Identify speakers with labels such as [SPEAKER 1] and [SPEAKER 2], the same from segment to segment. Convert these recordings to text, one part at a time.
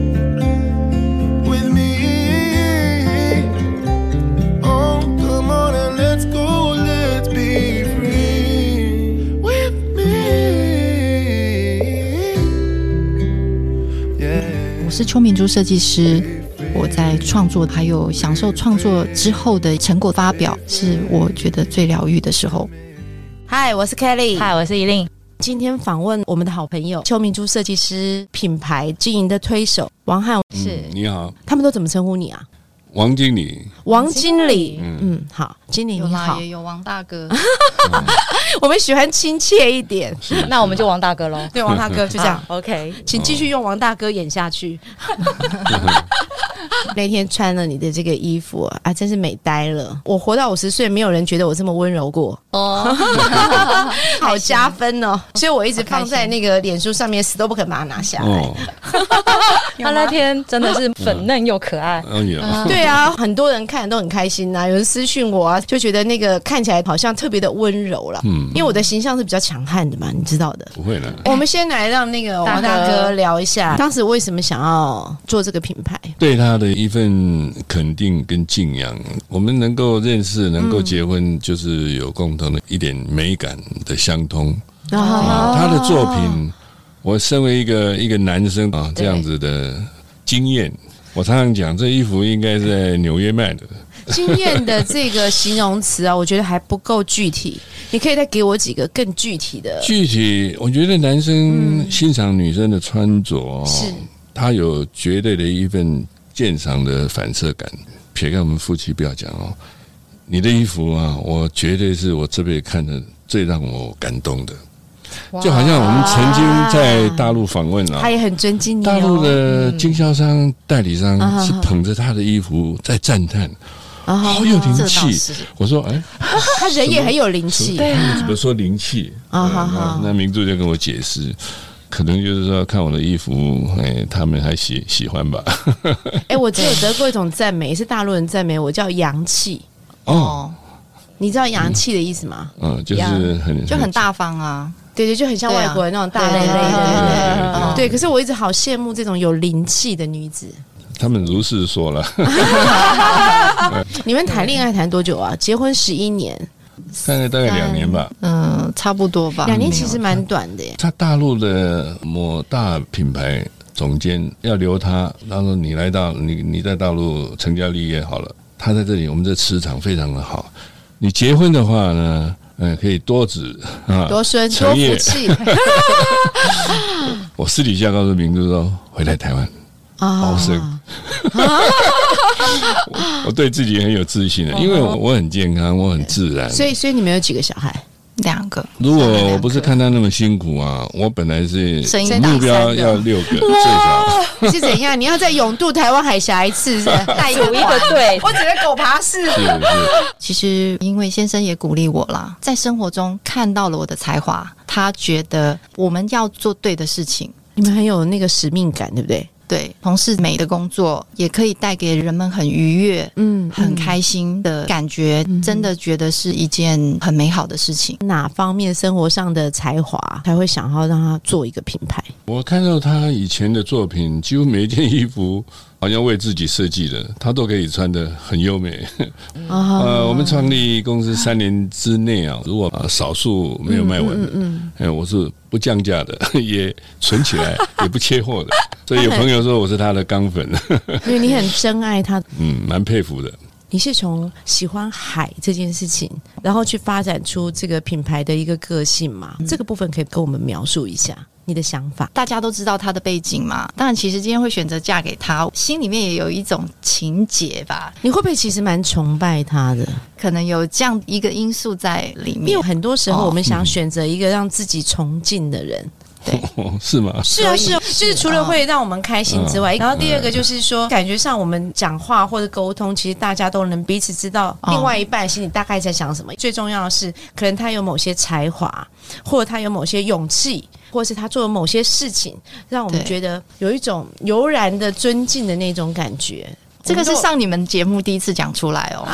[SPEAKER 1] Oh,
[SPEAKER 2] 我是邱明珠设计师，我在创作还有享受创作之后的成果发表，是我觉得最疗愈的时候。
[SPEAKER 3] 嗨，我是 Kelly。
[SPEAKER 4] 嗨，我是依令。
[SPEAKER 3] 今天访问我们的好朋友邱明珠设计师品牌经营的推手王汉，
[SPEAKER 4] 是
[SPEAKER 1] 你好，
[SPEAKER 3] 他们都怎么称呼你啊？
[SPEAKER 1] 王经理。
[SPEAKER 3] 王经理。
[SPEAKER 1] 嗯
[SPEAKER 3] 嗯，好，经理
[SPEAKER 2] 有
[SPEAKER 3] 你
[SPEAKER 2] 啦，
[SPEAKER 3] 好
[SPEAKER 2] 也，有王大哥，
[SPEAKER 3] 我们喜欢亲切一点。
[SPEAKER 1] 是
[SPEAKER 4] 那我们就王大哥喽。
[SPEAKER 3] 对，王大哥就这样
[SPEAKER 4] 啊。，OK，
[SPEAKER 3] 请继续用王大哥演下去。那天穿了你的这个衣服啊，真是美呆了！我活到五十岁，没有人觉得我这么温柔过，
[SPEAKER 2] 哦，
[SPEAKER 3] 好加分 哦！所以我一直放在
[SPEAKER 2] 好开心
[SPEAKER 3] 那个脸书上面，死都不肯把它拿下来。
[SPEAKER 1] 哦，
[SPEAKER 4] 他那天真的是粉嫩又可爱。
[SPEAKER 1] 哦有，
[SPEAKER 3] 对啊，很多人看都很开心呐、有人私讯我啊，就觉得那个看起来好像特别的温柔了。
[SPEAKER 1] 嗯
[SPEAKER 3] 因为我的形象是比较强悍的嘛，你知道的。
[SPEAKER 1] 不会了。
[SPEAKER 3] 我们先来让那个王大哥聊一下，当时为什么想要做这个品牌？
[SPEAKER 1] 对他的一份肯定跟敬仰，我们能够认识，能够结婚，就是有共同的一点美感的相通
[SPEAKER 3] 然后、
[SPEAKER 1] 啊。他的作品，我身为一个一个男生啊，这样子的经验，我常常讲，这衣服应该是在纽约卖的。
[SPEAKER 3] 经验的这个形容词啊，我觉得还不够具体，你可以再给我几个更具体的。
[SPEAKER 1] 具体，我觉得男生欣赏女生的穿着哦，
[SPEAKER 3] 是
[SPEAKER 1] 他有绝对的一份鉴赏的反射感。撇开我们夫妻不要讲哦，你的衣服啊，我绝对是我这辈子看的最让我感动的。就好像我们曾经在大陆访问啊
[SPEAKER 3] 他，也很尊敬你
[SPEAKER 1] 大陆
[SPEAKER 3] 哦，
[SPEAKER 1] 的经销商、代理商
[SPEAKER 3] 啊哈哈
[SPEAKER 1] 是捧着他的衣服在赞叹，
[SPEAKER 3] 啊哈
[SPEAKER 1] 好有灵
[SPEAKER 2] 这倒
[SPEAKER 1] 气。
[SPEAKER 2] 是
[SPEAKER 1] 我说，哎，
[SPEAKER 3] 他人也很有灵气。
[SPEAKER 1] 对啊，怎么说灵气
[SPEAKER 3] 啊
[SPEAKER 1] 嗯
[SPEAKER 3] 好好
[SPEAKER 1] 那那明珠就跟我解释，可能就是说看我的衣服，哎，他们还喜喜欢吧？
[SPEAKER 3] 哎、我只有得过一种赞美，是大陆人赞美我叫洋气。
[SPEAKER 1] 哦，
[SPEAKER 3] 你知道洋气的意思吗？
[SPEAKER 1] 嗯，就是很
[SPEAKER 2] 就很大方啊，
[SPEAKER 3] 对对，就很像
[SPEAKER 2] 对啊
[SPEAKER 3] 外国人那种大咧咧
[SPEAKER 2] 对对对
[SPEAKER 3] 的。
[SPEAKER 1] 对嗯对对
[SPEAKER 3] 嗯对，可是我一直好羡慕这种有灵气的女子。
[SPEAKER 1] 他们如是说了，
[SPEAKER 3] 你们谈恋爱谈多久啊？结婚十一年，
[SPEAKER 1] 大概大概两年吧。
[SPEAKER 2] 嗯，差不多吧。
[SPEAKER 3] 两年其实蛮短的耶。
[SPEAKER 1] 他大陆的某大品牌总监要留他，他说你来大你你在大陆成家立业好了，他在这里我们这磁场非常的好，你结婚的话呢，嗯，可以多子啊，
[SPEAKER 3] 多孙多
[SPEAKER 1] 成
[SPEAKER 3] 福
[SPEAKER 1] 也
[SPEAKER 3] 气
[SPEAKER 1] 我私底下告诉明珠说，回来台湾包
[SPEAKER 3] 啊！
[SPEAKER 1] 生。 我我对自己很有自信的，因为我我很健康，我很自然。
[SPEAKER 3] 哦所以，所以你们有几个小孩？
[SPEAKER 2] 两个，
[SPEAKER 1] 如果我不是看他那么辛苦啊，我本来是
[SPEAKER 2] 生一
[SPEAKER 1] 目标要六个最少。
[SPEAKER 3] 是怎样？你要再勇渡台湾海峡一 次，是吧带一个
[SPEAKER 4] 一个队
[SPEAKER 3] 我只能狗爬式。
[SPEAKER 1] 是是，
[SPEAKER 2] 其实因为先生也鼓励我啦，在生活中看到了我的才华，他觉得我们要做对的事情。
[SPEAKER 3] 你们很有那个使命感，对不对？
[SPEAKER 2] 对，从事美的工作也可以带给人们很愉悦、
[SPEAKER 3] 嗯
[SPEAKER 2] 很。开心的感觉，真的觉得是一件很美好的事情。
[SPEAKER 3] 哪方面生活上的才华才会想要让他做一个品牌？
[SPEAKER 1] 我看到他以前的作品，几乎每一件衣服好像为自己设计的，他都可以穿的很优美。
[SPEAKER 3] 啊，
[SPEAKER 1] 呃，我们创立公司三年之内啊，如果啊少数没有卖完
[SPEAKER 3] 嗯
[SPEAKER 1] 的，哎，我是不降价的， 也存起来，也不缺货的。所以有朋友说我是他的钢粉，
[SPEAKER 3] 因为你很珍爱他，
[SPEAKER 1] 嗯，蛮佩服的。
[SPEAKER 3] 你是从喜欢海这件事情，然后去发展出这个品牌的一个个性嘛？这个部分可以跟我们描述一下你的想法。
[SPEAKER 2] 大家都知道他的背景嘛，当然，其实今天会选择嫁给他，心里面也有一种情结吧，
[SPEAKER 3] 你会不会其实蛮崇拜他的？
[SPEAKER 2] 可能有这样一个因素在里
[SPEAKER 3] 因
[SPEAKER 2] 面
[SPEAKER 3] 为。很多时候
[SPEAKER 2] 哦
[SPEAKER 3] 我们想选择一个让自己崇敬的人，
[SPEAKER 2] 对，
[SPEAKER 1] 哦是吗？
[SPEAKER 3] 是啊，是啊，
[SPEAKER 2] 是
[SPEAKER 3] 就是除了会让我们开心之外，
[SPEAKER 1] 嗯
[SPEAKER 3] 然后第二个就是说，感觉上我们讲话或者沟通，其实大家都能彼此知道
[SPEAKER 2] 哦
[SPEAKER 3] 另外一半心里大概在想什么。最重要的是，可能他有某些才华，或者他有某些勇气。或是他做了某些事情，让我们
[SPEAKER 2] 对
[SPEAKER 3] 觉得有一种油然的尊敬的那种感觉。
[SPEAKER 2] 这个
[SPEAKER 3] 我
[SPEAKER 2] 是
[SPEAKER 3] 们都
[SPEAKER 2] 上你们节目第一次讲出来哦。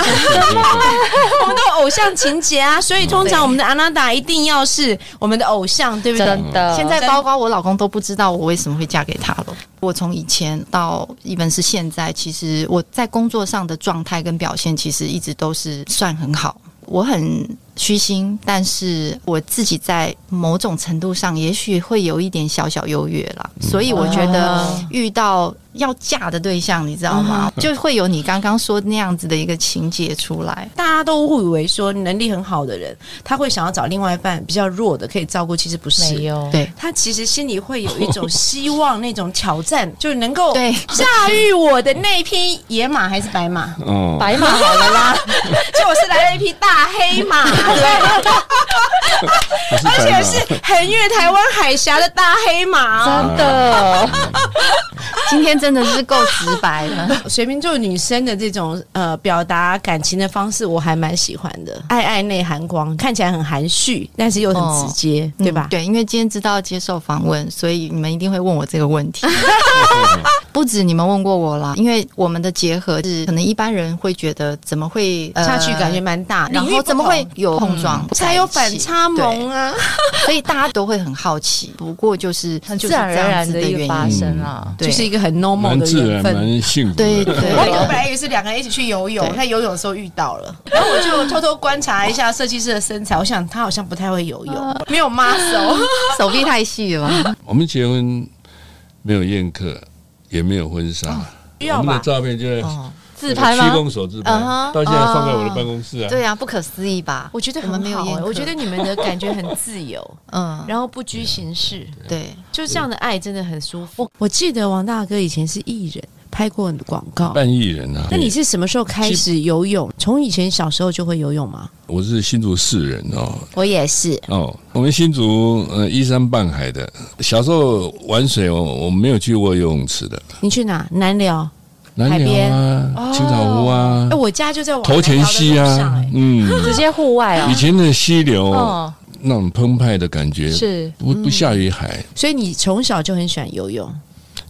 [SPEAKER 3] 我们都有偶像情节啊，所以通常我们的阿娜达一定要是我们的偶像，对不对？
[SPEAKER 5] 真的。
[SPEAKER 2] 呃现在包括我老公都不知道我为什么会嫁给他了。我从以前到一本是现在，其实我在工作上的状态跟表现，其实一直都是算很好。我很虚心，但是我自己在某种程度上，也许会有一点小小优越啦。所以我觉得
[SPEAKER 3] 哦
[SPEAKER 2] 遇到要嫁的对象，你知道吗？就会有你刚刚说那样子的一个情节出来。
[SPEAKER 3] 大家都误以为说能力很好的人，他会想要找另外一半比较弱的可以照顾，其实不
[SPEAKER 5] 没
[SPEAKER 3] 是。
[SPEAKER 5] 有，
[SPEAKER 2] 对
[SPEAKER 3] 他其实心里会有一种希望，那种挑战，就能 够
[SPEAKER 2] 对，
[SPEAKER 3] 驾驭我的那匹野马还是白马？
[SPEAKER 1] 哦，
[SPEAKER 5] 白马好了啦，
[SPEAKER 3] 就我是来了一匹大黑 马，
[SPEAKER 1] 还是
[SPEAKER 3] 而
[SPEAKER 1] 白
[SPEAKER 3] 且
[SPEAKER 1] 马
[SPEAKER 3] 是横越台湾海峡的大黑马哦。
[SPEAKER 5] 真的。
[SPEAKER 2] 今天真的是够直白了。
[SPEAKER 3] 水瓶座女生的这种呃表达感情的方式，我还蛮喜欢的，爱爱内含光，看起来很含蓄，但是又很直接，哦对吧
[SPEAKER 2] 嗯？对，因为今天知道接受访问，所以你们一定会问我这个问题。不止你们问过我啦，因为我们的结合是可能一般人会觉得怎么会、呃
[SPEAKER 3] 差距感觉，蛮大，
[SPEAKER 2] 然
[SPEAKER 3] 领域
[SPEAKER 2] 后
[SPEAKER 3] 不
[SPEAKER 2] 怎么
[SPEAKER 3] 同
[SPEAKER 2] 会有碰撞、
[SPEAKER 3] 才有反差萌
[SPEAKER 2] 对，
[SPEAKER 3] 啊？
[SPEAKER 2] 所以大家都会很好奇。不过就是
[SPEAKER 5] 很
[SPEAKER 2] 就
[SPEAKER 5] 自
[SPEAKER 2] 是
[SPEAKER 5] 然而
[SPEAKER 2] 这样
[SPEAKER 5] 然
[SPEAKER 2] 子
[SPEAKER 5] 的
[SPEAKER 2] 的
[SPEAKER 5] 一
[SPEAKER 2] 原
[SPEAKER 5] 个
[SPEAKER 2] 因，
[SPEAKER 5] 发生啊。
[SPEAKER 2] 嗯对，
[SPEAKER 3] 就是一个很 normal
[SPEAKER 1] 蛮
[SPEAKER 3] 的
[SPEAKER 1] 自
[SPEAKER 3] 缘
[SPEAKER 1] 然，
[SPEAKER 3] 分。
[SPEAKER 1] 蛮幸福的。
[SPEAKER 2] 对对
[SPEAKER 3] 我 我本来以为是两个人一起去游泳，
[SPEAKER 2] 对
[SPEAKER 3] 在游泳的时候遇到了，然后我就偷偷观察一下设计师的身材，我想他好像不太会游泳，没有 muscle。
[SPEAKER 2] 手臂太细了吧。
[SPEAKER 1] 我们结婚没有宴客，也没有婚纱，
[SPEAKER 3] 需要吧
[SPEAKER 1] 我们的照片就在
[SPEAKER 2] 哦
[SPEAKER 5] 自拍吗
[SPEAKER 1] 我的屈躬手自拍
[SPEAKER 2] 嗯哼，
[SPEAKER 1] 到现在放在我的办公室啊。
[SPEAKER 2] 对啊，不可思议吧？
[SPEAKER 3] 我觉得
[SPEAKER 2] 我们
[SPEAKER 3] 很
[SPEAKER 2] 没有
[SPEAKER 3] 好
[SPEAKER 2] 宴
[SPEAKER 3] 欸，
[SPEAKER 2] 客
[SPEAKER 3] 我觉得你们的感觉很自 由，
[SPEAKER 2] 嗯，
[SPEAKER 3] 然后不拘形式，
[SPEAKER 2] 对，
[SPEAKER 3] 就这样的爱真的很舒服。我记得王大哥以前是艺人，拍过广告。
[SPEAKER 1] 半艺人啊。
[SPEAKER 3] 那你
[SPEAKER 1] 对
[SPEAKER 3] 是什么时候开始游泳？从以前小时候就会游泳吗？
[SPEAKER 1] 我是新竹市人哦
[SPEAKER 3] 我也是，
[SPEAKER 1] 哦，我们新竹呃依山傍海的，小时候玩水我我没有去过游泳池的，
[SPEAKER 3] 你去哪？南寮？
[SPEAKER 1] 南寮啊、青草湖啊
[SPEAKER 3] 哎、、我家就在往
[SPEAKER 1] 头前溪
[SPEAKER 3] 南寮的路上
[SPEAKER 1] 啊
[SPEAKER 3] 哎，
[SPEAKER 1] 嗯，
[SPEAKER 5] 直接户外
[SPEAKER 3] 哦
[SPEAKER 1] 以
[SPEAKER 5] 啊，
[SPEAKER 1] 前的溪流、
[SPEAKER 5] 哦，
[SPEAKER 1] 那种澎湃的感觉，
[SPEAKER 5] 是
[SPEAKER 1] 不
[SPEAKER 3] 嗯
[SPEAKER 1] 不下于海，
[SPEAKER 3] 所以你从小就很喜欢游泳，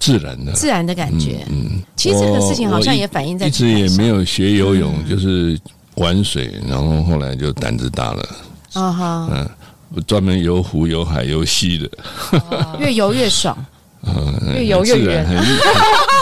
[SPEAKER 1] 自然的。
[SPEAKER 3] 自然的感觉。
[SPEAKER 1] 嗯，
[SPEAKER 3] 其实这个
[SPEAKER 1] 我
[SPEAKER 3] 事情好像
[SPEAKER 1] 我一
[SPEAKER 3] 也反映在
[SPEAKER 1] 一直也没
[SPEAKER 3] 有
[SPEAKER 1] 有学游泳，
[SPEAKER 3] 嗯
[SPEAKER 1] 就是玩水，然后后来就胆子大了，
[SPEAKER 3] 啊哈，
[SPEAKER 1] 嗯，我专门游湖、游海、游溪的，
[SPEAKER 3] 越游越 爽，
[SPEAKER 1] 嗯，
[SPEAKER 5] 越游越远
[SPEAKER 1] 很自然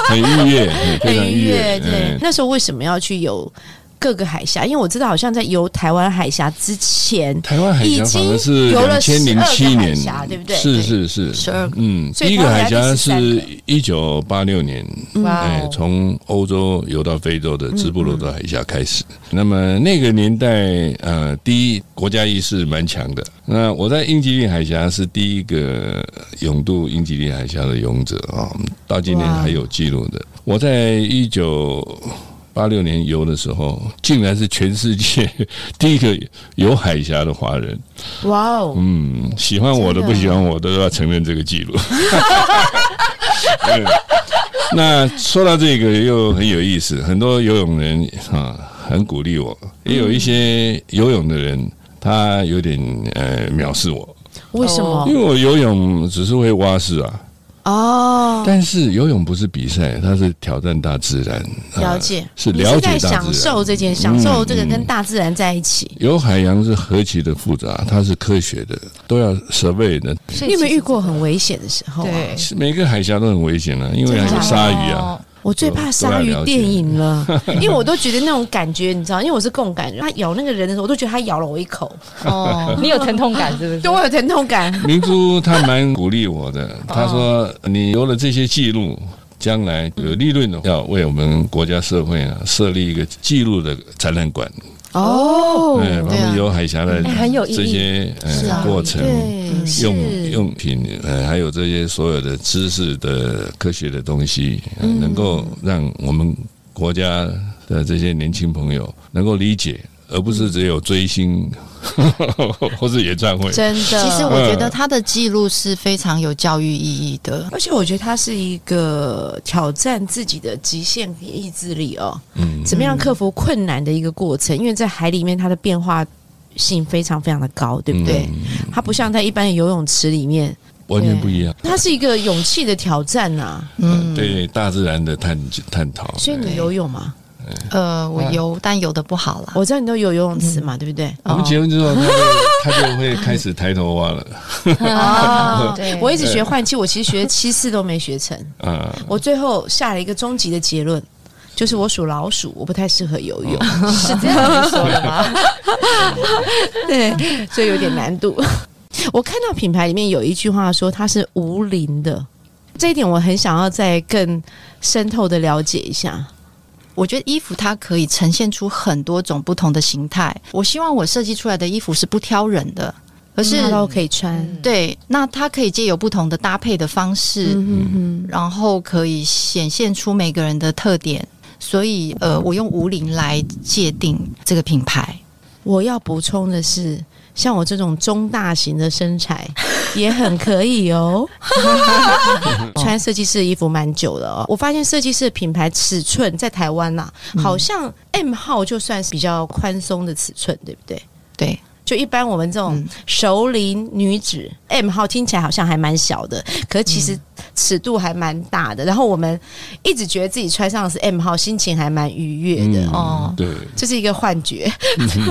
[SPEAKER 1] 很很愉悦， 很非常愉
[SPEAKER 3] 很愉
[SPEAKER 1] 悦
[SPEAKER 3] 悦。，哎对
[SPEAKER 1] 嗯，
[SPEAKER 3] 那时候为什么要去游各个海峡？因为我知道好像在游台湾海峡之前，
[SPEAKER 1] 台湾海
[SPEAKER 3] 已
[SPEAKER 1] 峡
[SPEAKER 3] 经
[SPEAKER 1] 反而是
[SPEAKER 3] 游了
[SPEAKER 1] 两千零七
[SPEAKER 3] 12个海
[SPEAKER 1] 年
[SPEAKER 3] 峡，对不对
[SPEAKER 1] 是是是，
[SPEAKER 2] 12个
[SPEAKER 1] 嗯，
[SPEAKER 3] 所以
[SPEAKER 1] 第一个海
[SPEAKER 3] 台湾
[SPEAKER 1] 峡
[SPEAKER 3] 还是
[SPEAKER 1] 是一九八六年，
[SPEAKER 2] 嗯
[SPEAKER 5] 哇
[SPEAKER 1] 哎
[SPEAKER 5] 哦，
[SPEAKER 1] 从欧洲游到非洲的直布罗陀海峡开始。那么那个年代，呃，第一国家意识蛮强的。那我在英吉利海峡是第一个勇渡英吉利海峡的勇者啊、到今天还有记录的。我在一九八六年游的时候，竟然是全世界 第一个游海峡的华人。
[SPEAKER 3] 哇哦，
[SPEAKER 1] 嗯，喜欢我的不喜欢我的都要承认这个记录。 嗯那说到这个又很有意思，很多游泳人啊很鼓励我，也有一些游泳的人他有点呃藐视我，
[SPEAKER 3] 为什么
[SPEAKER 1] 因？为我游泳只是会蛙式啊，
[SPEAKER 3] 哦，
[SPEAKER 1] 但是游泳不是比赛，它是挑战大自然，啊
[SPEAKER 3] 了解，
[SPEAKER 1] 是
[SPEAKER 3] 你
[SPEAKER 1] 了
[SPEAKER 3] 是
[SPEAKER 1] 解大
[SPEAKER 3] 在
[SPEAKER 1] 自然嗯
[SPEAKER 3] 享受这件，享受这个跟大自然在一起。
[SPEAKER 1] 游海洋是何其的复杂，它是科学的，都要 survey 的，
[SPEAKER 2] 所以
[SPEAKER 3] 你有没有
[SPEAKER 2] 其
[SPEAKER 3] 遇
[SPEAKER 2] 实
[SPEAKER 3] 过很危险的时候啊？
[SPEAKER 5] 对，
[SPEAKER 1] 是每个海峡都很危险啊，因为还有鲨鱼啊。
[SPEAKER 3] 我最怕鲨鱼电影了， 因为我都觉得那种感觉，你知道，因为我是共感人，它咬那个人的时候，我都觉得它咬了我一口，
[SPEAKER 2] 哦，
[SPEAKER 5] 你有疼痛感是不
[SPEAKER 3] 对
[SPEAKER 5] 是？
[SPEAKER 3] 我有疼痛感。
[SPEAKER 1] 明珠她蛮鼓励我的，她说：“你有了这些记录，将来有利润的话，要为我们国家社会啊设立一个记录的展览馆，
[SPEAKER 3] 哦
[SPEAKER 1] 对，我
[SPEAKER 2] 对啊
[SPEAKER 1] 们有海峡的
[SPEAKER 5] 哎很有意义
[SPEAKER 1] 这些
[SPEAKER 2] 是啊
[SPEAKER 1] 呃过程。”
[SPEAKER 3] 对，是
[SPEAKER 1] 用用品，呃，还有这些所有的知识的科学的东西，呃能够让我们国家的这些年轻朋友能够理解，而不是只有追星 或是演唱会。
[SPEAKER 3] 真的。
[SPEAKER 2] 其实我觉得他的记录是非常有教育意义的。
[SPEAKER 3] 而且我觉得他是一个挑战自己的极限和意志力哦，
[SPEAKER 1] 嗯
[SPEAKER 3] 怎么样克服困难的一个过程。因为在海里面，它的变化性非常非常的高，对不对？
[SPEAKER 1] 嗯
[SPEAKER 3] 它不像在一般的游泳池里面，
[SPEAKER 1] 完全不一样。
[SPEAKER 3] 它是一个勇气的挑战啊呐、
[SPEAKER 1] 嗯，对大自然的探探讨。
[SPEAKER 3] 所以你游泳嘛，
[SPEAKER 2] 呃，我游，但游的不好啦。
[SPEAKER 3] 嗯我知道你都游游泳池嘛，对不对？
[SPEAKER 1] 我们结婚之后，他就他就会开始抬头蛙 了。
[SPEAKER 3] 啊
[SPEAKER 2] 对
[SPEAKER 3] 我一直学换气，我其实学了七次都没学成。
[SPEAKER 1] 啊，
[SPEAKER 3] 我最后下了一个终极的结论，就是我属老鼠，我不太适合游泳，
[SPEAKER 5] 是这样子说的吗？
[SPEAKER 3] 对，所以有点难度。我看到品牌里面有一句话说它是无磷的，这一点我很想要再更深透的了解一下。
[SPEAKER 2] 我觉得衣服它可以呈现出很多种不同的形态。我希望我设计出来的衣服是不挑人的，而是、
[SPEAKER 5] 嗯
[SPEAKER 3] 它都可以穿，
[SPEAKER 2] 对，那它可以借由不同的搭配的方式，
[SPEAKER 3] 嗯
[SPEAKER 2] 然后可以显现出每个人的特点。所以，呃，我用无领来界定这个品牌。
[SPEAKER 3] 我要补充的是，像我这种中大型的身材 也很可以哦。穿设计师的衣服蛮久了哦，我发现设计师的品牌尺寸在台湾啦、好像 M 号就算是比较宽松的尺寸，对不对？
[SPEAKER 2] 对，
[SPEAKER 3] 就一般我们这种
[SPEAKER 2] 嗯
[SPEAKER 3] 熟龄女子、M 号听起来好像还蛮小的，可其实尺度还蛮大的。然后我们一直觉得自己穿上的是 M 号，心情还蛮愉悦
[SPEAKER 1] 嗯
[SPEAKER 3] 的，
[SPEAKER 2] 哦
[SPEAKER 1] 对，
[SPEAKER 3] 这是一个幻觉。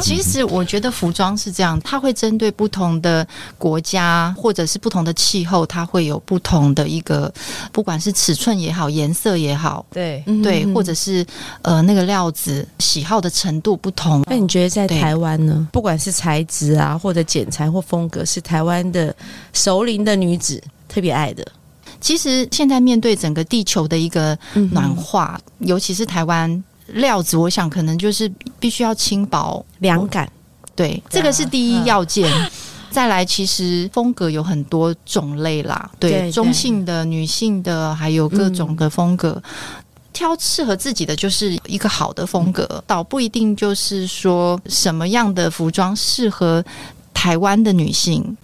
[SPEAKER 2] 其实我觉得服装是这样，它会针对不同的国家或者是不同的气候，它会有不同的一个，不管是尺寸也好，颜色也好，
[SPEAKER 5] 对，
[SPEAKER 2] 对，
[SPEAKER 3] 嗯
[SPEAKER 2] 或者是呃那个料子喜好的程度不同。嗯
[SPEAKER 3] 那你觉得在
[SPEAKER 2] 对
[SPEAKER 3] 台湾呢？不管是材质啊，或者剪裁或风格，是台湾的熟龄的女子特别爱的。
[SPEAKER 2] 其实现在面对整个地球的一个暖化，尤其是台湾料子，我想可能就是必须要轻薄，
[SPEAKER 3] 凉感，
[SPEAKER 2] 对，啊嗯这个是第一要件。 再来，其实风格有很多种类啦，对，
[SPEAKER 3] 对
[SPEAKER 2] 中性的、女性的，还有各种的风格。挑适合自己的就是一个好的风格，倒不一定就是说什么样的服装适合台湾的女性。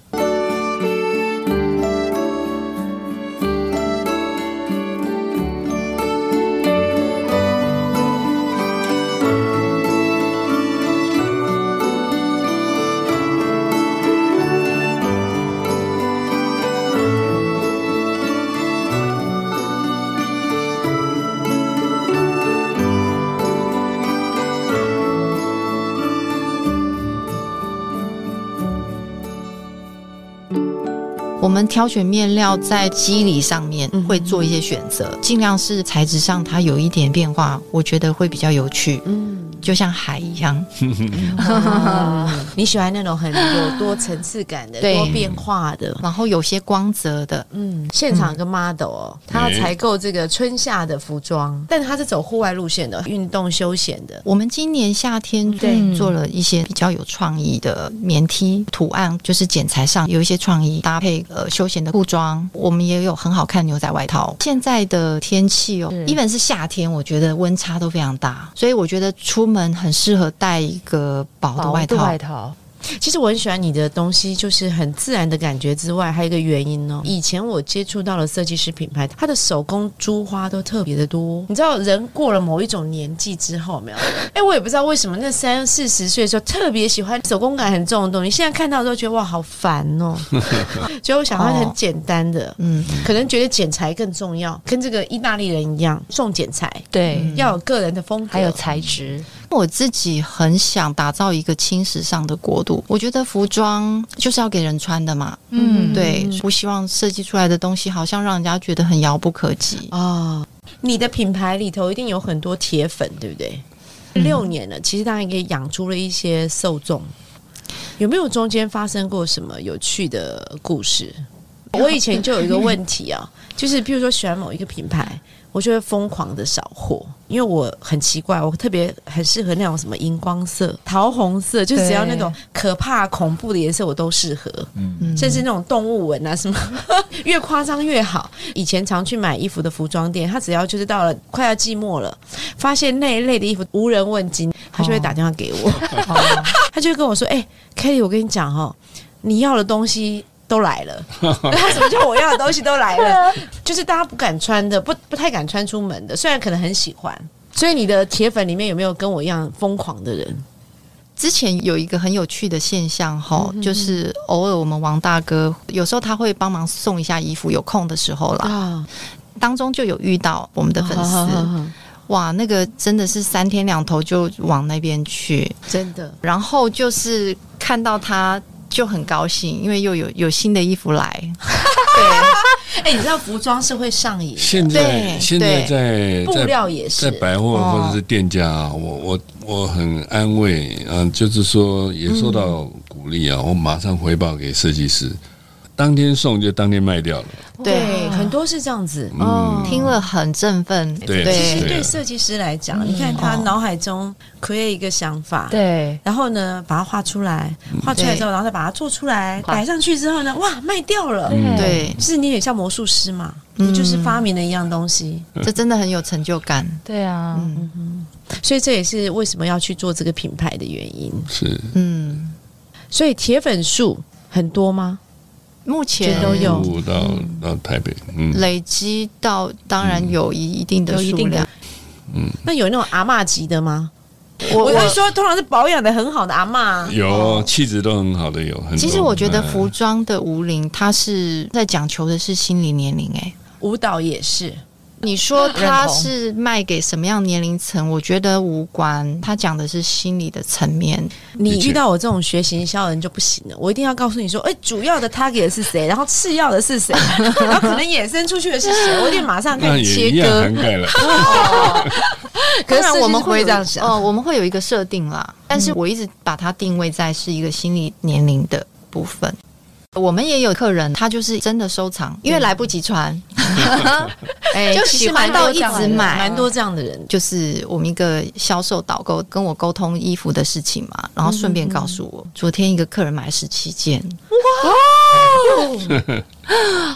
[SPEAKER 2] 我们挑选面料在肌理上面会做一些选择，尽量是材质上它有一点变化，我觉得会比较有趣。嗯，就像海一样，
[SPEAKER 3] 你喜欢那种很有多层次感的、
[SPEAKER 2] 对
[SPEAKER 3] 多变化的。
[SPEAKER 2] 然后有些光泽的，
[SPEAKER 3] 嗯，现场跟 model 哦，他采购这个春夏的服装，但他是走户外路线的，运动休闲的。
[SPEAKER 2] 我们今年夏天
[SPEAKER 5] 嗯
[SPEAKER 2] 嗯
[SPEAKER 5] 对
[SPEAKER 2] 做了一些比较有创意的棉 T 图案，就是剪裁上有一些创意，搭配呃休闲的裤装，我们也有很好看牛仔外套。现在的天气哦
[SPEAKER 5] 是
[SPEAKER 2] ，even 是夏天，我觉得温差都非常大，所以我觉得出门很适合带一个薄的
[SPEAKER 5] 薄
[SPEAKER 2] 外
[SPEAKER 5] 的
[SPEAKER 2] 套。
[SPEAKER 5] 外套，
[SPEAKER 3] 其实我很喜欢你的东西，就是很自然的感觉之外，还有一个原因哦。以前我接触到了设计师品牌，它的手工珠花都特别的多。你知道，人过了某一种年纪之后，有没有？哎，我也不知道为什么，那三四十岁的时候特别喜欢手工感很重的东西，现在看到都觉得哇，好烦哦。觉得我想要很简单的，
[SPEAKER 2] 嗯，
[SPEAKER 3] 可能觉得剪裁更重要，跟这个意大利人一样，重剪裁，
[SPEAKER 5] 对，
[SPEAKER 3] 要有个人的风格，
[SPEAKER 5] 嗯还有材质，
[SPEAKER 2] 我自己很想打造一个轻时尚的国度。我觉得服装就是要给人穿的嘛，
[SPEAKER 5] 嗯，
[SPEAKER 2] 对，不希望设计出来的东西好像让人家觉得很遥不可及。
[SPEAKER 3] 哦，你的品牌里头一定有很多铁粉，对不对？六年了，其实当然也养出了一些受众。有没有中间发生过什么有趣的故事？我以前就有一个问题啊，就是譬如说喜欢某一个品牌，我就会疯狂的扫货，因为我很奇怪，我特别很适合那种什么荧光色、桃红色，就只要那种可怕恐怖的颜色我都适合，甚至那种动物纹啊什么， 越夸张越好。以前常去买衣服的服装店，他只要就是到了快要季末了，发现那一类的衣服无人问津，他就会打电话给我，
[SPEAKER 5] 哦
[SPEAKER 3] 他就会跟我说：“哎、k e l l y 我跟你讲哦，你要的东西都来 了。”他什么叫我要的东西都来了？就是大家不敢穿的，不不太敢穿出门的，虽然可能很喜欢。所以你的铁粉里面有没有跟我一样疯狂的人？
[SPEAKER 2] 之前有一个很有趣的现象
[SPEAKER 5] 嗯
[SPEAKER 2] 哈，就是偶尔我们王大哥有时候他会帮忙送一下衣服，有空的时候啦，
[SPEAKER 3] 啊，
[SPEAKER 2] 当中就有遇到我们的粉
[SPEAKER 5] 啊
[SPEAKER 2] 丝，哇，那个真的是三天两头就往那边去，
[SPEAKER 3] 真的
[SPEAKER 2] 然后就是看到他就很高兴，因为又有有新的衣服来，
[SPEAKER 5] 哦
[SPEAKER 3] 哎、你知道服装是会上瘾的，
[SPEAKER 1] 现在
[SPEAKER 2] 对
[SPEAKER 1] 现在在
[SPEAKER 3] 布
[SPEAKER 1] 在
[SPEAKER 3] 料哦也
[SPEAKER 1] 在
[SPEAKER 3] 是。
[SPEAKER 1] 百货或者是店家啊，我我我很安慰啊，就是说也受到鼓励
[SPEAKER 3] 嗯
[SPEAKER 1] 啊，我马上回报给设计师，当天送就当天卖掉了，
[SPEAKER 3] 对，
[SPEAKER 2] 对
[SPEAKER 3] 很多是这样子。
[SPEAKER 5] 哦
[SPEAKER 1] 嗯，
[SPEAKER 2] 听了很振奋，
[SPEAKER 1] 对
[SPEAKER 3] 其实
[SPEAKER 1] 对
[SPEAKER 3] 对设计师来讲，你看他脑海中 create 一个想法，
[SPEAKER 5] 对，
[SPEAKER 3] 然后呢把它画出来，画出来之后，然后再把它做出来，
[SPEAKER 5] 画
[SPEAKER 3] 摆上去之后呢，哇，卖掉了。
[SPEAKER 5] 嗯
[SPEAKER 2] 对，
[SPEAKER 3] 就是你也像魔术师嘛，
[SPEAKER 2] 嗯
[SPEAKER 3] 你就是发明了一样东西，
[SPEAKER 5] 嗯
[SPEAKER 2] 这真的很有成就感，
[SPEAKER 5] 对啊，
[SPEAKER 2] 嗯
[SPEAKER 3] 所以这也是为什么要去做这个品牌的原因。
[SPEAKER 1] 是
[SPEAKER 2] 嗯，
[SPEAKER 3] 所以铁粉数很多吗？
[SPEAKER 2] 目前
[SPEAKER 3] 都有
[SPEAKER 1] 服务到到台北，嗯，
[SPEAKER 2] 累积到当然有一一定的
[SPEAKER 5] 有一
[SPEAKER 2] 数
[SPEAKER 5] 定的
[SPEAKER 2] 量，
[SPEAKER 3] 那有那种阿嬷级的吗？
[SPEAKER 2] 我
[SPEAKER 3] 我
[SPEAKER 2] 我
[SPEAKER 3] 是说，通常是保养的很好的阿嬷。
[SPEAKER 1] 有气质都很好的有很多。
[SPEAKER 2] 其实我觉得
[SPEAKER 1] 嗯
[SPEAKER 2] 服装的无龄，它是在讲求的是心理年龄、欸。
[SPEAKER 3] 舞蹈也是，
[SPEAKER 2] 你说它
[SPEAKER 5] 认同
[SPEAKER 2] 是卖给什么样年龄层？我觉得无关，它讲的是心理的层面。
[SPEAKER 3] 你
[SPEAKER 1] 的确
[SPEAKER 3] 遇到我这种学行销的人就不行了，我一定要告诉你说，哎、主要的 target 是谁，然后次要的是谁，然后可能衍生出去的是谁，我一定马上
[SPEAKER 1] 哎那
[SPEAKER 3] 跟你
[SPEAKER 1] 也一
[SPEAKER 3] 切
[SPEAKER 1] 样
[SPEAKER 3] 割
[SPEAKER 1] 涵。盖 了，
[SPEAKER 5] 可是
[SPEAKER 2] 当
[SPEAKER 5] 设
[SPEAKER 2] 然
[SPEAKER 5] 计
[SPEAKER 2] 我们
[SPEAKER 5] 师不会
[SPEAKER 2] 有
[SPEAKER 5] 这样嗯想
[SPEAKER 2] 哦、我们会有一个设定啦。但是我一直把它定位在是一个心理年龄的部分。我们也有客人，他就是真的收藏，因为来不及穿，哎、
[SPEAKER 3] 就
[SPEAKER 2] 喜欢到一直买
[SPEAKER 3] 蛮。多这样的人。
[SPEAKER 2] 就是我们一个销售导购跟我沟通衣服的事情嘛，然后顺便告诉
[SPEAKER 5] 嗯
[SPEAKER 2] 我，昨天一个客人买十七件，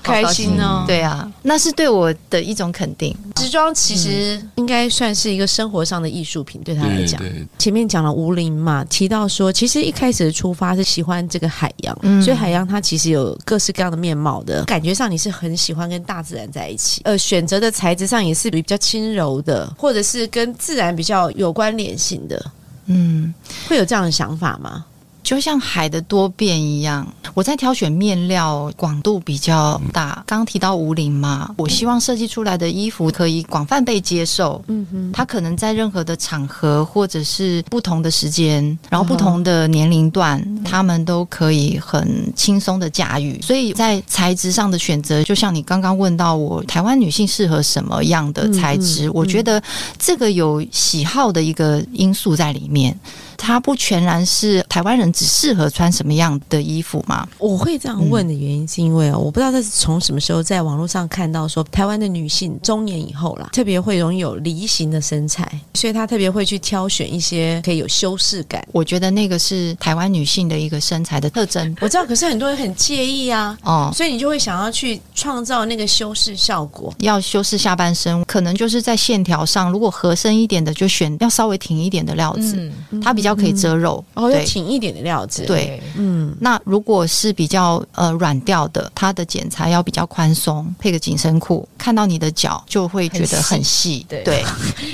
[SPEAKER 3] 开心哦
[SPEAKER 2] 对啊，那是对我的一种肯定。
[SPEAKER 3] 时装其实应该算是一个生活上的艺术品，对他来
[SPEAKER 1] 对
[SPEAKER 3] 讲。
[SPEAKER 1] 对，
[SPEAKER 3] 前面讲了吴林嘛，提到说，其实一开始的出发是喜欢这个海洋，
[SPEAKER 2] 嗯
[SPEAKER 3] 所以海洋它其实有各式各样的面貌的，感觉上你是很喜欢跟大自然在一起，呃，选择的材质上也是比较轻柔的，或者是跟自然比较有关联性的，
[SPEAKER 2] 嗯，
[SPEAKER 3] 会有这样的想法吗？
[SPEAKER 2] 就像海的多变一样，我在挑选面料广度比较大。刚提到无领嘛，我希望设计出来的衣服可以广泛被接受。
[SPEAKER 3] 嗯哼，
[SPEAKER 2] 它可能在任何的场合，或者是不同的时间，然后不同的年龄段，
[SPEAKER 3] 嗯
[SPEAKER 2] 他们都可以很轻松的驾驭。所以在材质上的选择，就像你刚刚问到我，台湾女性适合什么样的材
[SPEAKER 3] 嗯
[SPEAKER 2] 质？我觉得这个有喜好的一个因素在里面。它不全然是台湾人只适合穿什么样的衣服嘛？
[SPEAKER 3] 我会这样问的原因是因为哦，我不知道这是从什么时候在网络上看到说，台湾的女性中年以后啦，特别会容易有梨形的身材，所以她特别会去挑选一些可以有修饰感。
[SPEAKER 2] 我觉得那个是台湾女性的一个身材的特征
[SPEAKER 3] 我知道，可是很多人很介意啊，
[SPEAKER 2] 哦。
[SPEAKER 3] 所以你就会想要去创造那个修饰效果。
[SPEAKER 2] 要修饰下半身，可能就是在线条上，如果合身一点的，就选要稍微挺一点的料子，
[SPEAKER 5] 嗯，
[SPEAKER 2] 它比较可以遮肉。
[SPEAKER 3] 哦，要
[SPEAKER 2] 对
[SPEAKER 3] 挺一点的料子。，
[SPEAKER 2] 对，
[SPEAKER 3] 嗯，
[SPEAKER 2] 那如果是比较呃软调的，它的剪裁要比较宽松，配个紧身裤，看到你的脚就会觉得很细。
[SPEAKER 5] 对
[SPEAKER 2] 对，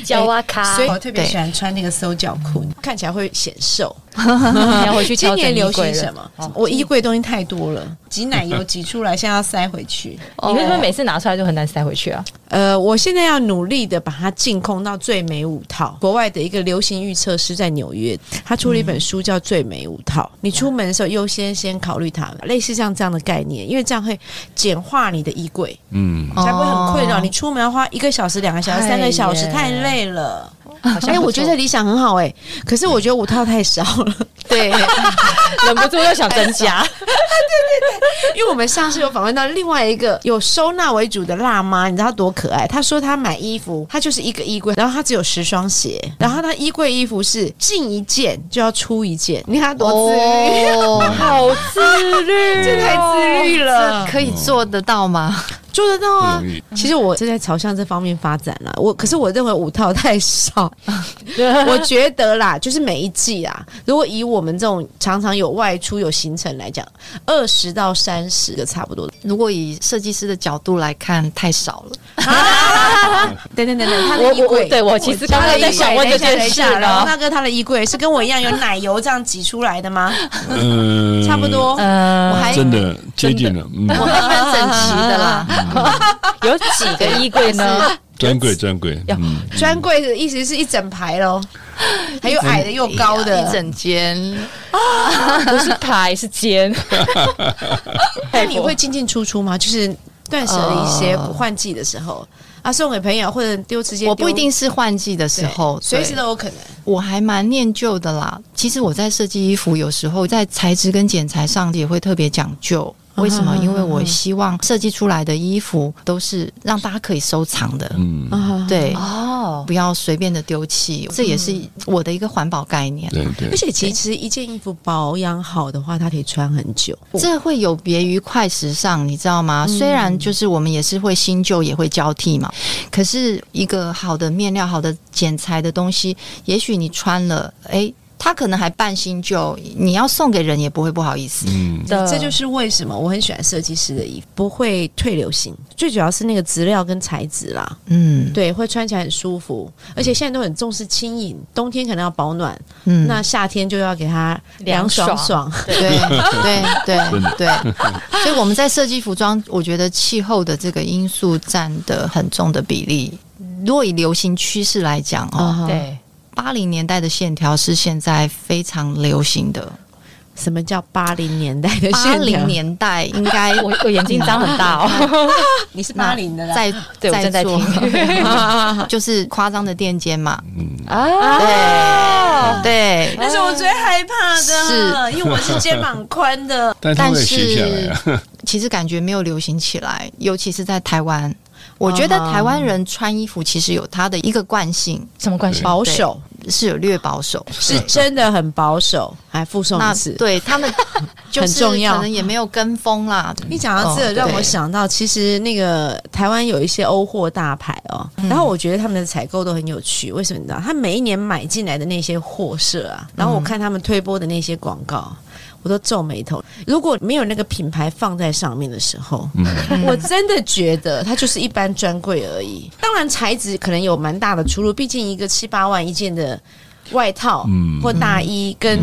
[SPEAKER 5] 焦啊卡，
[SPEAKER 3] 哎所以我特别
[SPEAKER 2] 对
[SPEAKER 3] 喜欢穿那个收脚裤，看起来会显瘦。 哦
[SPEAKER 5] 你要回去
[SPEAKER 3] 今
[SPEAKER 5] 调整
[SPEAKER 3] 年流
[SPEAKER 5] 衣柜
[SPEAKER 3] 行
[SPEAKER 5] 了
[SPEAKER 3] 什么
[SPEAKER 5] 哦？
[SPEAKER 3] 我衣柜东西太多了，挤奶油挤出来，现在要塞回去。
[SPEAKER 5] 你为什么
[SPEAKER 3] 哦
[SPEAKER 5] 每次拿出来就很难塞回去啊？
[SPEAKER 3] 呃，我现在要努力的把它净空到最美五套。国外的一个流行预测师在纽约，他出了一本书叫《最美五套》。你出门的时候优先先考虑它，类似像这样的概念，因为这样会简化你的衣柜，
[SPEAKER 1] 嗯，
[SPEAKER 3] 才不会很困扰。
[SPEAKER 2] 哦
[SPEAKER 3] 你出门要花一个小时、两个小时、
[SPEAKER 5] 哎
[SPEAKER 3] 三个小时，
[SPEAKER 5] 呀
[SPEAKER 3] 太累了。
[SPEAKER 5] 好像
[SPEAKER 3] 哎，
[SPEAKER 5] 不
[SPEAKER 3] 我觉得
[SPEAKER 5] 错
[SPEAKER 3] 理想很好哎，可是我觉得五套太少了，
[SPEAKER 2] 对，
[SPEAKER 5] 忍不住又 想增加，
[SPEAKER 3] 因为我们上次有访问到另外一个有收纳为主的辣妈，你知道她多可爱？她说她买衣服，她就是一个衣柜，然后她只有十双鞋，然后她衣柜衣服是进一件就要出一件，你看她 多自律，
[SPEAKER 2] 哦，
[SPEAKER 5] 好自律，
[SPEAKER 3] 这太自律了。
[SPEAKER 2] 可以做得到吗？
[SPEAKER 3] 做得到
[SPEAKER 1] 不
[SPEAKER 3] 啊
[SPEAKER 1] 容。易。
[SPEAKER 3] 其实我是在朝向这方面发展了，我可是我认为五套太少，我觉得啦，就是每一季啦，如果以我们这种常常有外出有行程来讲，二十到三十个差不多。
[SPEAKER 2] 如果以设计师的角度来看，太少 了。
[SPEAKER 3] 等等等等，他
[SPEAKER 5] 我
[SPEAKER 3] 的衣
[SPEAKER 5] 我
[SPEAKER 3] 柜，
[SPEAKER 5] 对我其实刚刚在想问这件事
[SPEAKER 3] 等一下然后
[SPEAKER 5] 呢，
[SPEAKER 3] 大哥他的衣柜是跟我一样有奶油这样挤出来的吗？
[SPEAKER 1] 嗯，
[SPEAKER 3] 差不，多，我
[SPEAKER 5] 嗯，
[SPEAKER 3] 还
[SPEAKER 1] 真的接近了。嗯，
[SPEAKER 2] 我还蛮整齐的 啦，
[SPEAKER 5] 有几个衣柜呢？
[SPEAKER 1] 专柜专柜，
[SPEAKER 5] 要
[SPEAKER 1] 嗯，
[SPEAKER 3] 专柜的意思是一整排喽，还有矮的又高
[SPEAKER 2] 一
[SPEAKER 3] 的。
[SPEAKER 2] 整间。
[SPEAKER 5] 不是排是间，
[SPEAKER 3] 那 你会进进出出吗？就是断舍离一些
[SPEAKER 2] 呃
[SPEAKER 3] 不换季的时候
[SPEAKER 5] 呃
[SPEAKER 3] 啊，送给朋友或者丢直接丢，
[SPEAKER 2] 我不一定是换季的时
[SPEAKER 3] 对
[SPEAKER 2] 候，
[SPEAKER 3] 随
[SPEAKER 2] 对
[SPEAKER 3] 时都有可能。
[SPEAKER 2] 我还蛮念旧的啦。其实我在设计衣服，有时候在材质跟剪裁上也会特别讲究。为什么？因为我希望设计出来的衣服都是让大家可以收藏的，
[SPEAKER 1] 嗯，
[SPEAKER 2] 对，
[SPEAKER 5] 哦，
[SPEAKER 2] 不要随便的丢弃。这也是我的一个环保概念。
[SPEAKER 1] 对对
[SPEAKER 3] 而。且其实一件衣服保养好的话，它可以穿很久。
[SPEAKER 5] 哦
[SPEAKER 2] 这会有别于快时尚，你知道吗？
[SPEAKER 3] 嗯
[SPEAKER 2] 虽然就是我们也是会新旧也会交替嘛，可是一个好的面料、好的剪裁的东西，也许你穿了，诶，它可能还半新旧，你要送给人也不会不好意思。
[SPEAKER 1] 嗯，。
[SPEAKER 3] 这就是为什么我很喜欢设计师的衣服，不会退流行。最主要是那个质料跟材质啦，
[SPEAKER 2] 嗯，
[SPEAKER 3] 对，会穿起来很舒服。而且现在都很重视轻盈，冬天可能要保暖，
[SPEAKER 2] 嗯
[SPEAKER 3] 那夏天就要给它凉爽爽。
[SPEAKER 2] 对对对
[SPEAKER 3] 啊
[SPEAKER 2] 对，所以我们在设计服装，我觉得气候的这个因素占的很重的比例。如果以流行趋势来讲
[SPEAKER 3] 啊
[SPEAKER 2] 哦，
[SPEAKER 5] 对，
[SPEAKER 2] 八零年代的线条是现在非常流行的，
[SPEAKER 3] 什么叫八零年代的
[SPEAKER 2] 八
[SPEAKER 3] 线条
[SPEAKER 2] 零？年代应该
[SPEAKER 5] 哎我我眼睛张很大 哦，
[SPEAKER 3] 你是
[SPEAKER 2] 那
[SPEAKER 3] 八零的 啦，
[SPEAKER 2] 在
[SPEAKER 5] 对我正在
[SPEAKER 2] 做
[SPEAKER 5] 听
[SPEAKER 2] 就是夸张的垫肩嘛，
[SPEAKER 3] 哦
[SPEAKER 5] 啊，
[SPEAKER 2] 对，
[SPEAKER 3] 那是我最害怕的，
[SPEAKER 2] 是
[SPEAKER 3] 因为我是肩膀宽的
[SPEAKER 1] 但它
[SPEAKER 2] 但
[SPEAKER 1] 会斜下来
[SPEAKER 2] 是
[SPEAKER 1] 啊，
[SPEAKER 2] 其实感觉没有流行起来，尤其是在台
[SPEAKER 3] 哦
[SPEAKER 2] 湾。我觉得
[SPEAKER 3] 啊哈
[SPEAKER 2] 台湾人穿衣服其实有它的一个惯性，
[SPEAKER 5] 什么关系？
[SPEAKER 3] 保守
[SPEAKER 2] 是有略保守。
[SPEAKER 3] 是真的很保守，还附送
[SPEAKER 2] 那
[SPEAKER 3] 一次。
[SPEAKER 2] 对他 们就是
[SPEAKER 3] 重要
[SPEAKER 2] 可能也没有跟风啦。
[SPEAKER 3] 你讲到这个，
[SPEAKER 2] 哦
[SPEAKER 3] 让我
[SPEAKER 2] 对
[SPEAKER 3] 想到，其实那个台湾有一些欧货大牌哦，
[SPEAKER 2] 嗯
[SPEAKER 3] 然后我觉得他们的采购都很有趣。为什么你知道？他每一年买进来的那些货色
[SPEAKER 2] 嗯
[SPEAKER 3] 啊，然后我看他们推播的那些广告，我都皱眉头。如果没有那个品牌放在上面的时候，我真的觉得它就是一般专柜而已。当然，材质可能有蛮大的出入，毕竟一个七八万一件的外套
[SPEAKER 1] 嗯
[SPEAKER 3] 或大衣跟。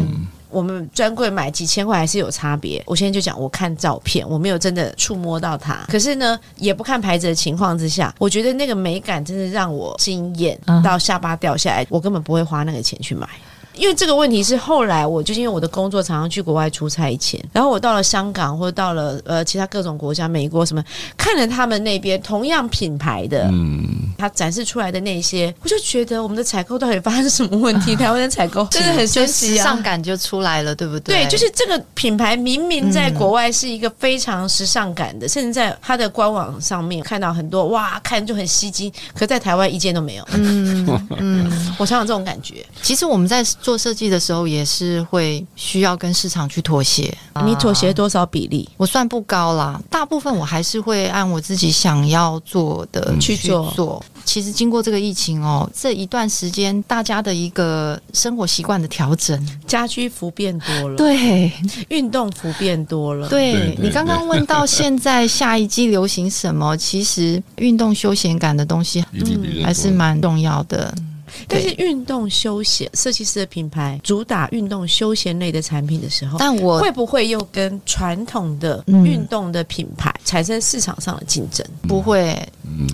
[SPEAKER 3] 我们专柜买几千块还是有差别。我现在就讲，我看照片，我没有真的触摸到它。可是呢，也不看牌子的情况之下，我觉得那个美感真的让我惊艳
[SPEAKER 5] 嗯
[SPEAKER 3] 到下巴掉下来。我根本不会花那个钱去买。因为这个问题是后来我就是因为我的工作常常去国外出差以前，然后我到了香港或者到了呃其他各种国家，美国什么，看了他们那边同样品牌的，
[SPEAKER 1] 嗯，
[SPEAKER 3] 它展示出来的那些，我就觉得我们的采购到底发生什么问题？台湾的采购真的很
[SPEAKER 2] 就
[SPEAKER 3] 神
[SPEAKER 2] 时
[SPEAKER 3] 奇
[SPEAKER 2] 尚
[SPEAKER 3] 啊！
[SPEAKER 2] 感就出来了，对不对？
[SPEAKER 3] 对，就是这个品牌明明在国外是一个非常时尚感的，甚至在它的官网上面看到很多哇，看就很吸睛，可在台湾一件都没有。 我常常这种感觉。
[SPEAKER 2] 其实我们在做设计的时候，也是会需要跟市场去妥协。
[SPEAKER 3] 你妥协多少比例？
[SPEAKER 2] 我算不高啦，大部分我还是会按我自己想要做的
[SPEAKER 1] 嗯
[SPEAKER 2] 去
[SPEAKER 3] 去做
[SPEAKER 2] 做。其实经过这个疫情哦，这一段时间大家的一个生活习惯的调整，
[SPEAKER 3] 家居服变多了，
[SPEAKER 2] 对
[SPEAKER 3] 运动服变多
[SPEAKER 1] 嗯
[SPEAKER 3] 了，
[SPEAKER 1] 对
[SPEAKER 2] 对，
[SPEAKER 1] 对
[SPEAKER 2] 你刚刚问到现在下一季流行什么，其实运动休闲感的东西
[SPEAKER 1] 一粒比人
[SPEAKER 2] 还是
[SPEAKER 1] 多
[SPEAKER 2] 蛮重要的。
[SPEAKER 3] 嗯但是运动休闲设计师的品牌主打运动休闲类的产品的时候，
[SPEAKER 2] 但我
[SPEAKER 3] 会不会又跟传统的
[SPEAKER 2] 嗯
[SPEAKER 3] 运动的品牌产生市场上的竞争，
[SPEAKER 2] 不会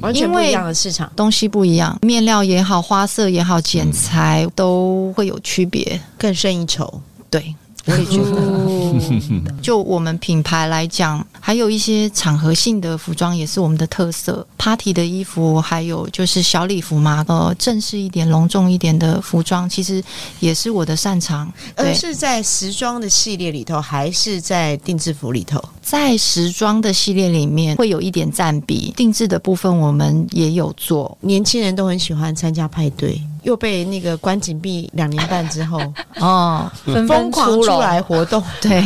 [SPEAKER 3] 完全不一样的市场？
[SPEAKER 2] 东西不一样，面料也好，花色也好，剪
[SPEAKER 1] 嗯
[SPEAKER 2] 裁都会有区别。
[SPEAKER 3] 更胜一筹。
[SPEAKER 2] 对，我也觉
[SPEAKER 3] 哦
[SPEAKER 2] 得。 就我们品牌来讲，还有一些场合性的服装也是我们的特色，party 的衣服，还有就是小礼服嘛，呃，正式一点、隆重一点的服装，其实也是我的擅长。
[SPEAKER 3] 而
[SPEAKER 2] 对，
[SPEAKER 3] 呃是在时装的系列里头，还是在定制服里头？
[SPEAKER 2] 在时装的系列里面会有一点占比，定制的部分我们也有做。
[SPEAKER 3] 年轻人都很喜欢参加派对，又被那个关紧闭两年半之后
[SPEAKER 2] 哦，
[SPEAKER 5] 纷
[SPEAKER 3] 疯
[SPEAKER 5] 纷
[SPEAKER 3] 狂
[SPEAKER 5] 出
[SPEAKER 3] 出
[SPEAKER 5] 笼，
[SPEAKER 3] 来活动，
[SPEAKER 2] 对，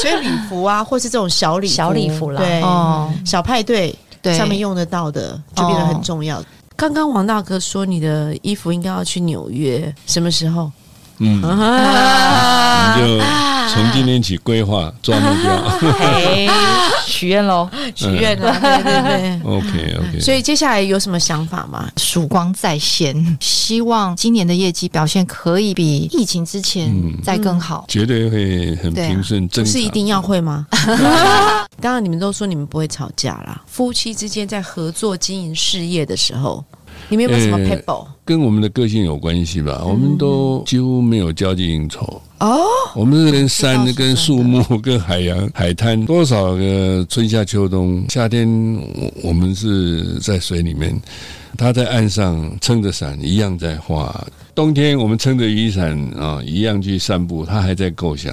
[SPEAKER 3] 所以礼服啊，或是这种小礼
[SPEAKER 5] 小礼服啦
[SPEAKER 3] 对，
[SPEAKER 2] 哦，
[SPEAKER 3] 小派对，
[SPEAKER 2] 对，
[SPEAKER 3] 上面用得到的，就变得很重要。刚刚王大哥说你的衣服应该要去纽约，什么时候？
[SPEAKER 1] 嗯，
[SPEAKER 3] 啊
[SPEAKER 1] 你就从今天起规划抓目 标。
[SPEAKER 5] 嘿，哎许愿喽！
[SPEAKER 1] 嗯
[SPEAKER 3] 许愿啊， 对对
[SPEAKER 1] OK OK，
[SPEAKER 3] 对。所以接下来有什么想法吗？
[SPEAKER 2] 曙光再现，希望今年的业绩表现可以比疫情之前
[SPEAKER 1] 嗯
[SPEAKER 2] 再更好。
[SPEAKER 1] 绝对会很平顺正
[SPEAKER 3] 啊不
[SPEAKER 1] 常。
[SPEAKER 3] 是一定要会吗？ 当然，你们都说你们不会吵架啦。夫妻之间在合作经营事业的时候，你们有没有什么
[SPEAKER 1] 呃
[SPEAKER 3] people？
[SPEAKER 1] 跟我们的个性有关系吧？我们都几乎没有交际应酬。
[SPEAKER 3] 嗯哦，
[SPEAKER 1] 我们是跟山、
[SPEAKER 2] 这倒是真的
[SPEAKER 1] 跟树木、跟海洋、 海滩多少个春夏秋冬，夏天我我们是在水里面，他在岸上撑着伞一样在画；冬天我们撑着雨伞啊一样去散步，他还在构想。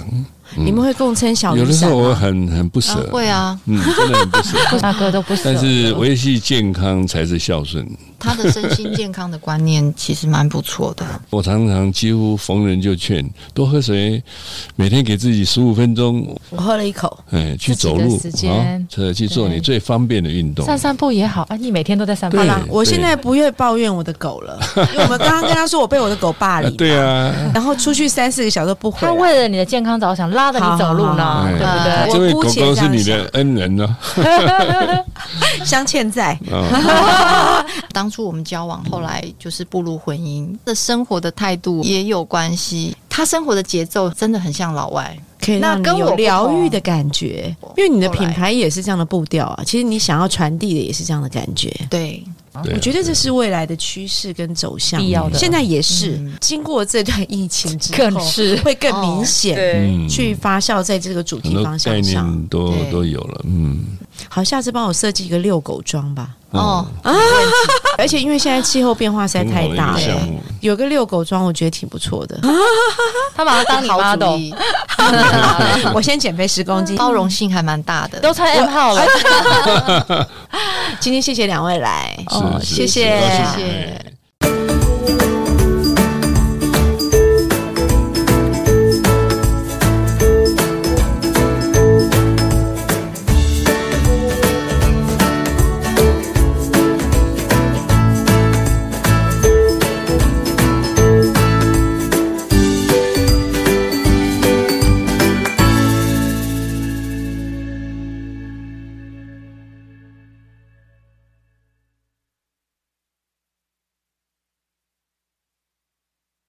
[SPEAKER 3] 你们会共撑小
[SPEAKER 1] 嗯有
[SPEAKER 3] 雨
[SPEAKER 1] 的时
[SPEAKER 3] 伞啊哦
[SPEAKER 1] 候我
[SPEAKER 3] 吗？
[SPEAKER 1] 很很不舍
[SPEAKER 2] 啊，会啊，
[SPEAKER 1] 嗯，真的很 不舍。
[SPEAKER 5] 大哥都不舍，
[SPEAKER 1] 但是维系健康才是孝顺。
[SPEAKER 2] 他的身心健康的观念其实蛮不错的。
[SPEAKER 1] 我常常几乎逢人就劝多喝水，每天给自己十五分钟，
[SPEAKER 3] 我喝了一口，
[SPEAKER 1] 哎，去
[SPEAKER 5] 自己的
[SPEAKER 1] 走路
[SPEAKER 5] 时
[SPEAKER 1] 啊
[SPEAKER 5] 间，
[SPEAKER 1] 这去做
[SPEAKER 5] 对
[SPEAKER 1] 你最方便的运动。
[SPEAKER 5] 散散步也好啊，你每天都在散步
[SPEAKER 1] 对
[SPEAKER 3] 好，啦，啊我现在不会抱怨我的狗了，因为我们刚刚跟他说我被我的狗霸
[SPEAKER 1] 啊
[SPEAKER 3] 凌，
[SPEAKER 1] 对，啊，
[SPEAKER 3] 然后出去三四个小时都不回
[SPEAKER 5] 他
[SPEAKER 3] 来，
[SPEAKER 5] 为了你的健康着想，拉着你走路
[SPEAKER 3] 好好
[SPEAKER 5] 呢
[SPEAKER 1] 哎，
[SPEAKER 5] 对
[SPEAKER 2] 好
[SPEAKER 5] 不
[SPEAKER 2] 好
[SPEAKER 5] 对？
[SPEAKER 1] 这位
[SPEAKER 3] 啊我
[SPEAKER 1] 狗
[SPEAKER 3] 姑且
[SPEAKER 1] 狗
[SPEAKER 3] 这
[SPEAKER 1] 是
[SPEAKER 3] 样
[SPEAKER 1] 你
[SPEAKER 3] 想
[SPEAKER 1] 的恩人啊，
[SPEAKER 3] 镶嵌在。
[SPEAKER 1] 啊
[SPEAKER 2] 当初我们交往，后来就是步入婚姻，的生活的态度也有关系。他生活的节奏真的很像老外，
[SPEAKER 3] 可以
[SPEAKER 2] 那
[SPEAKER 3] 让你
[SPEAKER 2] 跟我
[SPEAKER 3] 有
[SPEAKER 2] 不
[SPEAKER 3] 疗
[SPEAKER 2] 同
[SPEAKER 3] 愈的感觉，因为你的
[SPEAKER 2] 后来
[SPEAKER 3] 品牌也是这样的步调啊。其实你想要传递的也是这样的感觉。
[SPEAKER 2] 对，
[SPEAKER 1] 对啊
[SPEAKER 3] 我觉得这是未来的趋势跟走向，
[SPEAKER 5] 必要的
[SPEAKER 3] 现在也是、
[SPEAKER 2] 嗯
[SPEAKER 3] 经过这段疫情之后，
[SPEAKER 5] 更是
[SPEAKER 3] 会更明显、
[SPEAKER 5] 对，
[SPEAKER 1] 嗯
[SPEAKER 3] 去发酵在这个主
[SPEAKER 1] 很
[SPEAKER 3] 题
[SPEAKER 1] 多
[SPEAKER 3] 方
[SPEAKER 1] 概
[SPEAKER 3] 向上。
[SPEAKER 1] 念都
[SPEAKER 2] 对
[SPEAKER 1] 都有了，嗯，
[SPEAKER 3] 好，下次帮我设计一个遛狗装吧。
[SPEAKER 2] 哦，
[SPEAKER 5] 啊
[SPEAKER 3] 而且因为现在气候变化实在
[SPEAKER 1] 很好
[SPEAKER 3] 太
[SPEAKER 1] 的一
[SPEAKER 3] 大
[SPEAKER 1] 个
[SPEAKER 3] 了
[SPEAKER 1] 项，目。
[SPEAKER 3] 有个遛狗装我觉得挺不错的。
[SPEAKER 5] 他马上当你哦
[SPEAKER 2] 好
[SPEAKER 5] model，
[SPEAKER 2] 主意，
[SPEAKER 3] 我先减肥十公斤。
[SPEAKER 2] 包容性还蛮大的。
[SPEAKER 5] 都穿 M 号了，
[SPEAKER 3] 今天谢谢两位来，
[SPEAKER 1] 是是是是
[SPEAKER 3] 谢哦谢
[SPEAKER 2] 谢谢
[SPEAKER 1] 哎